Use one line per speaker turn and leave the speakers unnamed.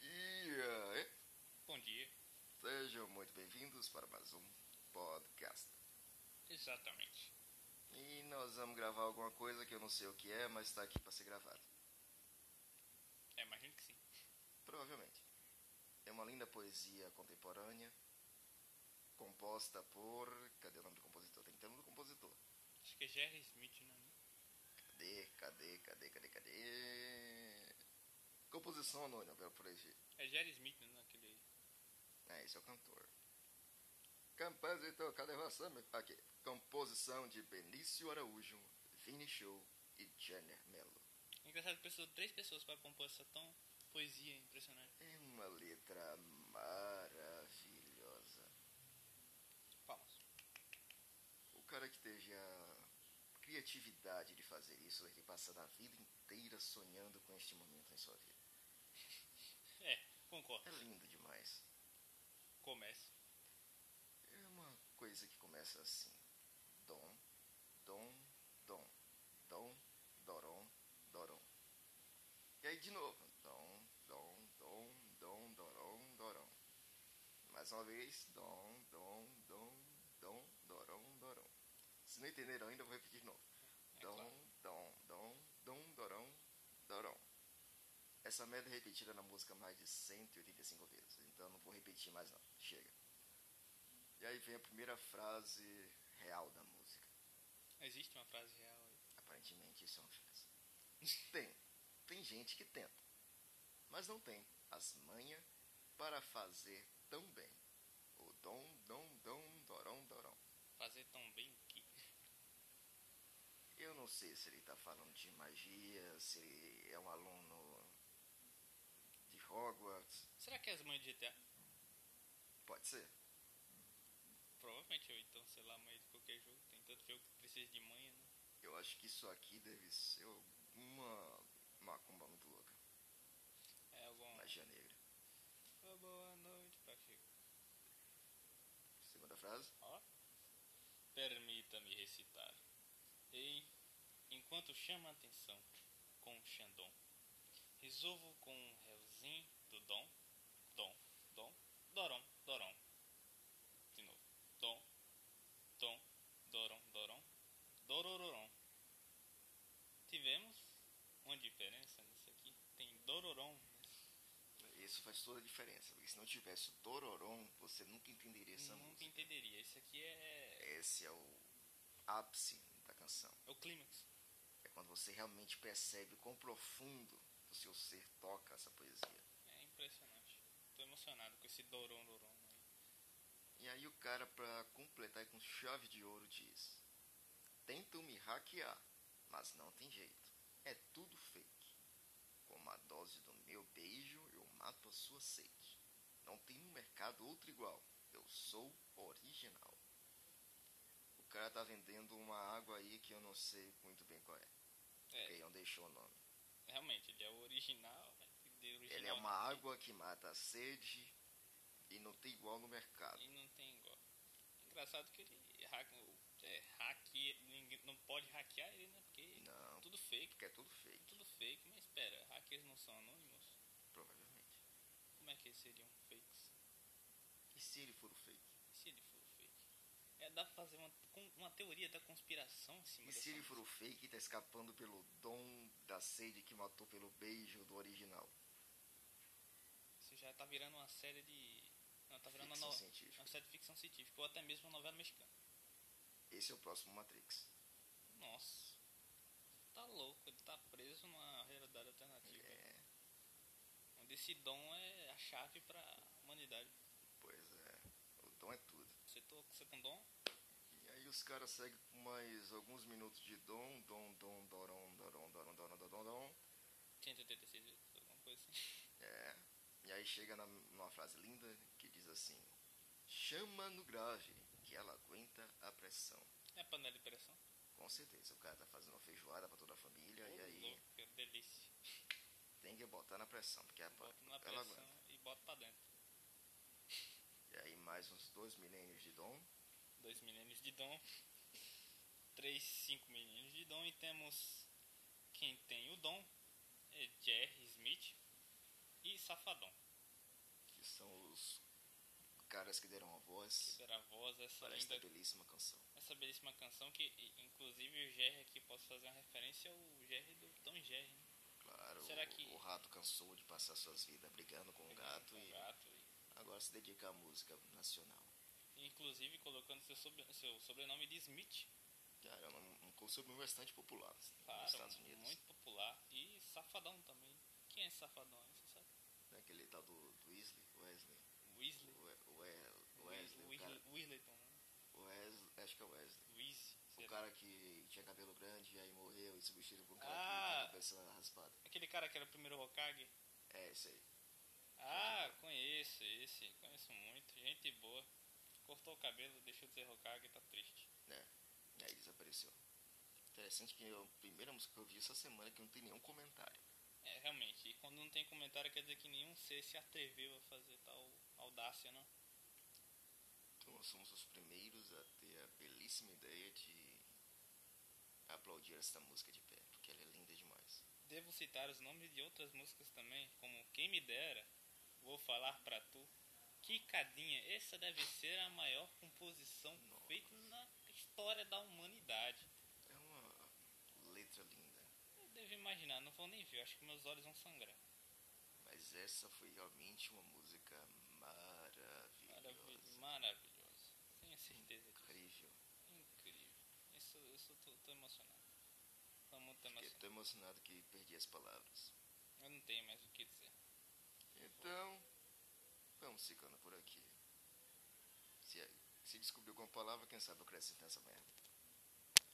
eh, um
Exatamente.
E nós vamos gravar alguma coisa que eu não sei o que é, mas está aqui para ser gravado.
É, imagino que sim.
Provavelmente. É uma linda poesia contemporânea, composta por. Cadê o nome do compositor? Tem que ter o nome do compositor.
Acho que é Jerry Smith, não é?
Cadê, cadê, cadê, cadê, cadê? Composição anônima, pelo por aí.
É Jerry Smith, não é? Aquele...
É, esse é o cantor. Compositor, cadê você? meu? Aqui. Composição de Benício Araújo, Vini Show e Jenner Mello.
É engraçado que precisou de três pessoas para compor essa tão poesia impressionante.
É uma letra maravilhosa.
Palmas.
O cara que teve a criatividade de fazer isso, ele passa a vida inteira sonhando com este momento em sua vida.
É,
É
concordo.
lindo demais.
Comece.
É uma coisa que começa assim. Dom, dom, dom. Dom, dorom, dorom. E aí de novo. Dom, dom, dom, dom, dorom, dorom. Mais uma vez. Dom, dom, dom, dom, dorom, dorom. Se não entenderam ainda, eu vou repetir de novo.
É
Dom,
claro.
dom, dom, dom, dorom, dorom. Essa merda é repetida na música mais de 185 vezes, então não vou repetir mais não. Chega. E aí vem a primeira frase real da música.
Existe uma frase real aí.
Aparentemente isso é uma frase. Tem. Tem gente que tenta. Mas não tem as manhas para fazer tão bem. O dom, dom, dom, dorom, dorom.
Fazer tão bem que.
Eu não sei se ele está falando de magia, se ele é um aluno de Hogwarts.
Será que é as mães de GTA?
Pode ser.
Provavelmente eu, então, sei lá, mãe de qualquer jogo. Tem tanto jogo que precisa de mãe, né?
Eu acho que isso aqui deve ser alguma macumba muito louca.
É algum.
Magia negra.
Ô, Boa noite, Pacheco.
Segunda frase.
Ó. Permita-me recitar. Ei, enquanto chama a atenção com o Xandon, resolvo com um réuzinho do Dom, Dom, Dom, Dorom, Dorom. De novo. Dom, Dom, Dorom, Dorom, Dorororom. Tivemos uma diferença nisso aqui. Tem Dororom.
Isso faz toda a diferença, porque se não tivesse o Dororon, você nunca entenderia essa
Nunca
música.
entenderia. Isso aqui é,
Esse é o ápice da canção.
é o clímax.
É quando você realmente percebe o quão profundo o seu ser toca essa poesia.
É impressionante. Tô emocionado com esse Dorororom aí.
E aí o cara, pra completar com chave de ouro, diz: Tentam me hackear, mas não tem jeito. É tudo fake. Com uma dose do meu beijo, eu mato a sua sede. Não tem no mercado outro igual. Eu sou original. O cara tá vendendo uma água aí que eu não sei muito bem qual é. Porque
É,
ele não deixou o nome.
realmente, ele é o original. mas de original né?
Ele é uma
não tem-
água que mata a sede e não tem igual no mercado.
E não tem igual. Engraçado que ele hacke- é, hackeia, ninguém- não pode hackear ele, né? Porque
Não.
tudo fake,
Porque é tudo fake,
tudo fake. Mas espera, hackers não são anônimos?
provavelmente.
Como é que eles seriam fakes?
E se ele for o fake?
E se ele for fake? É, dá pra fazer uma, com- uma teoria da conspiração em cima
E
dessa
se ele
música.
for o fake e tá escapando pelo dom da sede que matou pelo beijo do original?
Isso já tá virando uma série de... Não, tá virando
Ficção
uma, no...
científica.
uma série de ficção científica. Ou até mesmo uma novela mexicana.
Esse é o próximo Matrix.
Nossa. Tá louco, ele tá preso numa realidade alternativa.
É,
Onde esse dom é a chave pra humanidade.
pois é. O dom é tudo.
Você, tô, você com dom?
E aí os caras seguem por mais alguns minutos de dom, dom, dom, dorom, dorom, dorom, dorom, dorom, dorom.
186 vezes, alguma coisa assim.
É. E aí chega na- numa frase linda que diz assim: Chama no grave, que ela aguenta a pressão.
É panela de pressão?
Com certeza, o cara tá fazendo uma feijoada pra toda a família e
Ô,
aí
louco, que delícia.
tem que botar na pressão, porque a,
Bota na
ela
pressão
aguenta.
e bota pra dentro.
E aí mais uns dois milênios de dom.
Dois meninos de dom. Três, cinco meninos de dom. E temos quem tem o dom. É Jerry Smith e Safadão.
que são os caras que deram a voz
Terá voz, é essa
para esta
linda,
belíssima canção.
essa belíssima canção que, i- inclusive, o GR aqui, posso fazer uma referência ao GR do Tom GR, né?
Claro,
Será
o-
que-
o rato cansou de passar suas vidas brigando com o gato
Com
e
gato e-
agora se dedica à música nacional.
Inclusive colocando seu, sobre- seu sobrenome de Smith,
Cara, é um, um consumo bastante popular assim,
claro,
nos Estados Unidos.
muito popular. E Safadão também. Quem é Safadão? Você sabe?
Né, Aquele tal do, do Weasley, Wesley,
Weasley.
We- We- Wesley, o cara,
Weasley, Weasleyton, né?
Wes- acho que é Wesley.
Weez,
O
sei lá.
cara que tinha cabelo grande e aí morreu e substituiu por um cara
Ah!
que tinha cabeça raspada.
Aquele cara que era o primeiro Hokage.
É, isso aí.
Ah, conheço esse, conheço muito. Gente boa. Cortou o cabelo, deixou de ser Hokage, tá triste.
né? E aí desapareceu. Interessante que a primeira música que eu vi essa semana que não tem nenhum comentário.
É, realmente. E quando não tem comentário, quer dizer que nenhum ser se atreveu a fazer tal audácia, não?
Então nós somos os primeiros a ter a belíssima ideia de aplaudir esta música de pé, porque ela é linda demais.
Devo citar os nomes de outras músicas também, como Quem Me Dera, Vou Falar Pra Tu, Que Cadinha, essa deve ser a maior composição
Nossa.
feita na história da humanidade.
É uma letra linda,
Eu devo imaginar, não vou nem ver, acho que meus olhos vão sangrar.
mas essa foi realmente uma música maravilhosa.
Maravilhoso, maravilhoso. Tenho certeza disso.
Incrível.
Incrível. Isso, isso eu tô, tô emocionado. Tô muito
Fiquei
emocionado.
tão emocionado que perdi as palavras.
Eu não tenho mais o que dizer.
Então, vamos ficando por aqui. Se, se descobrir alguma palavra, quem sabe eu então acrescento nessa merda.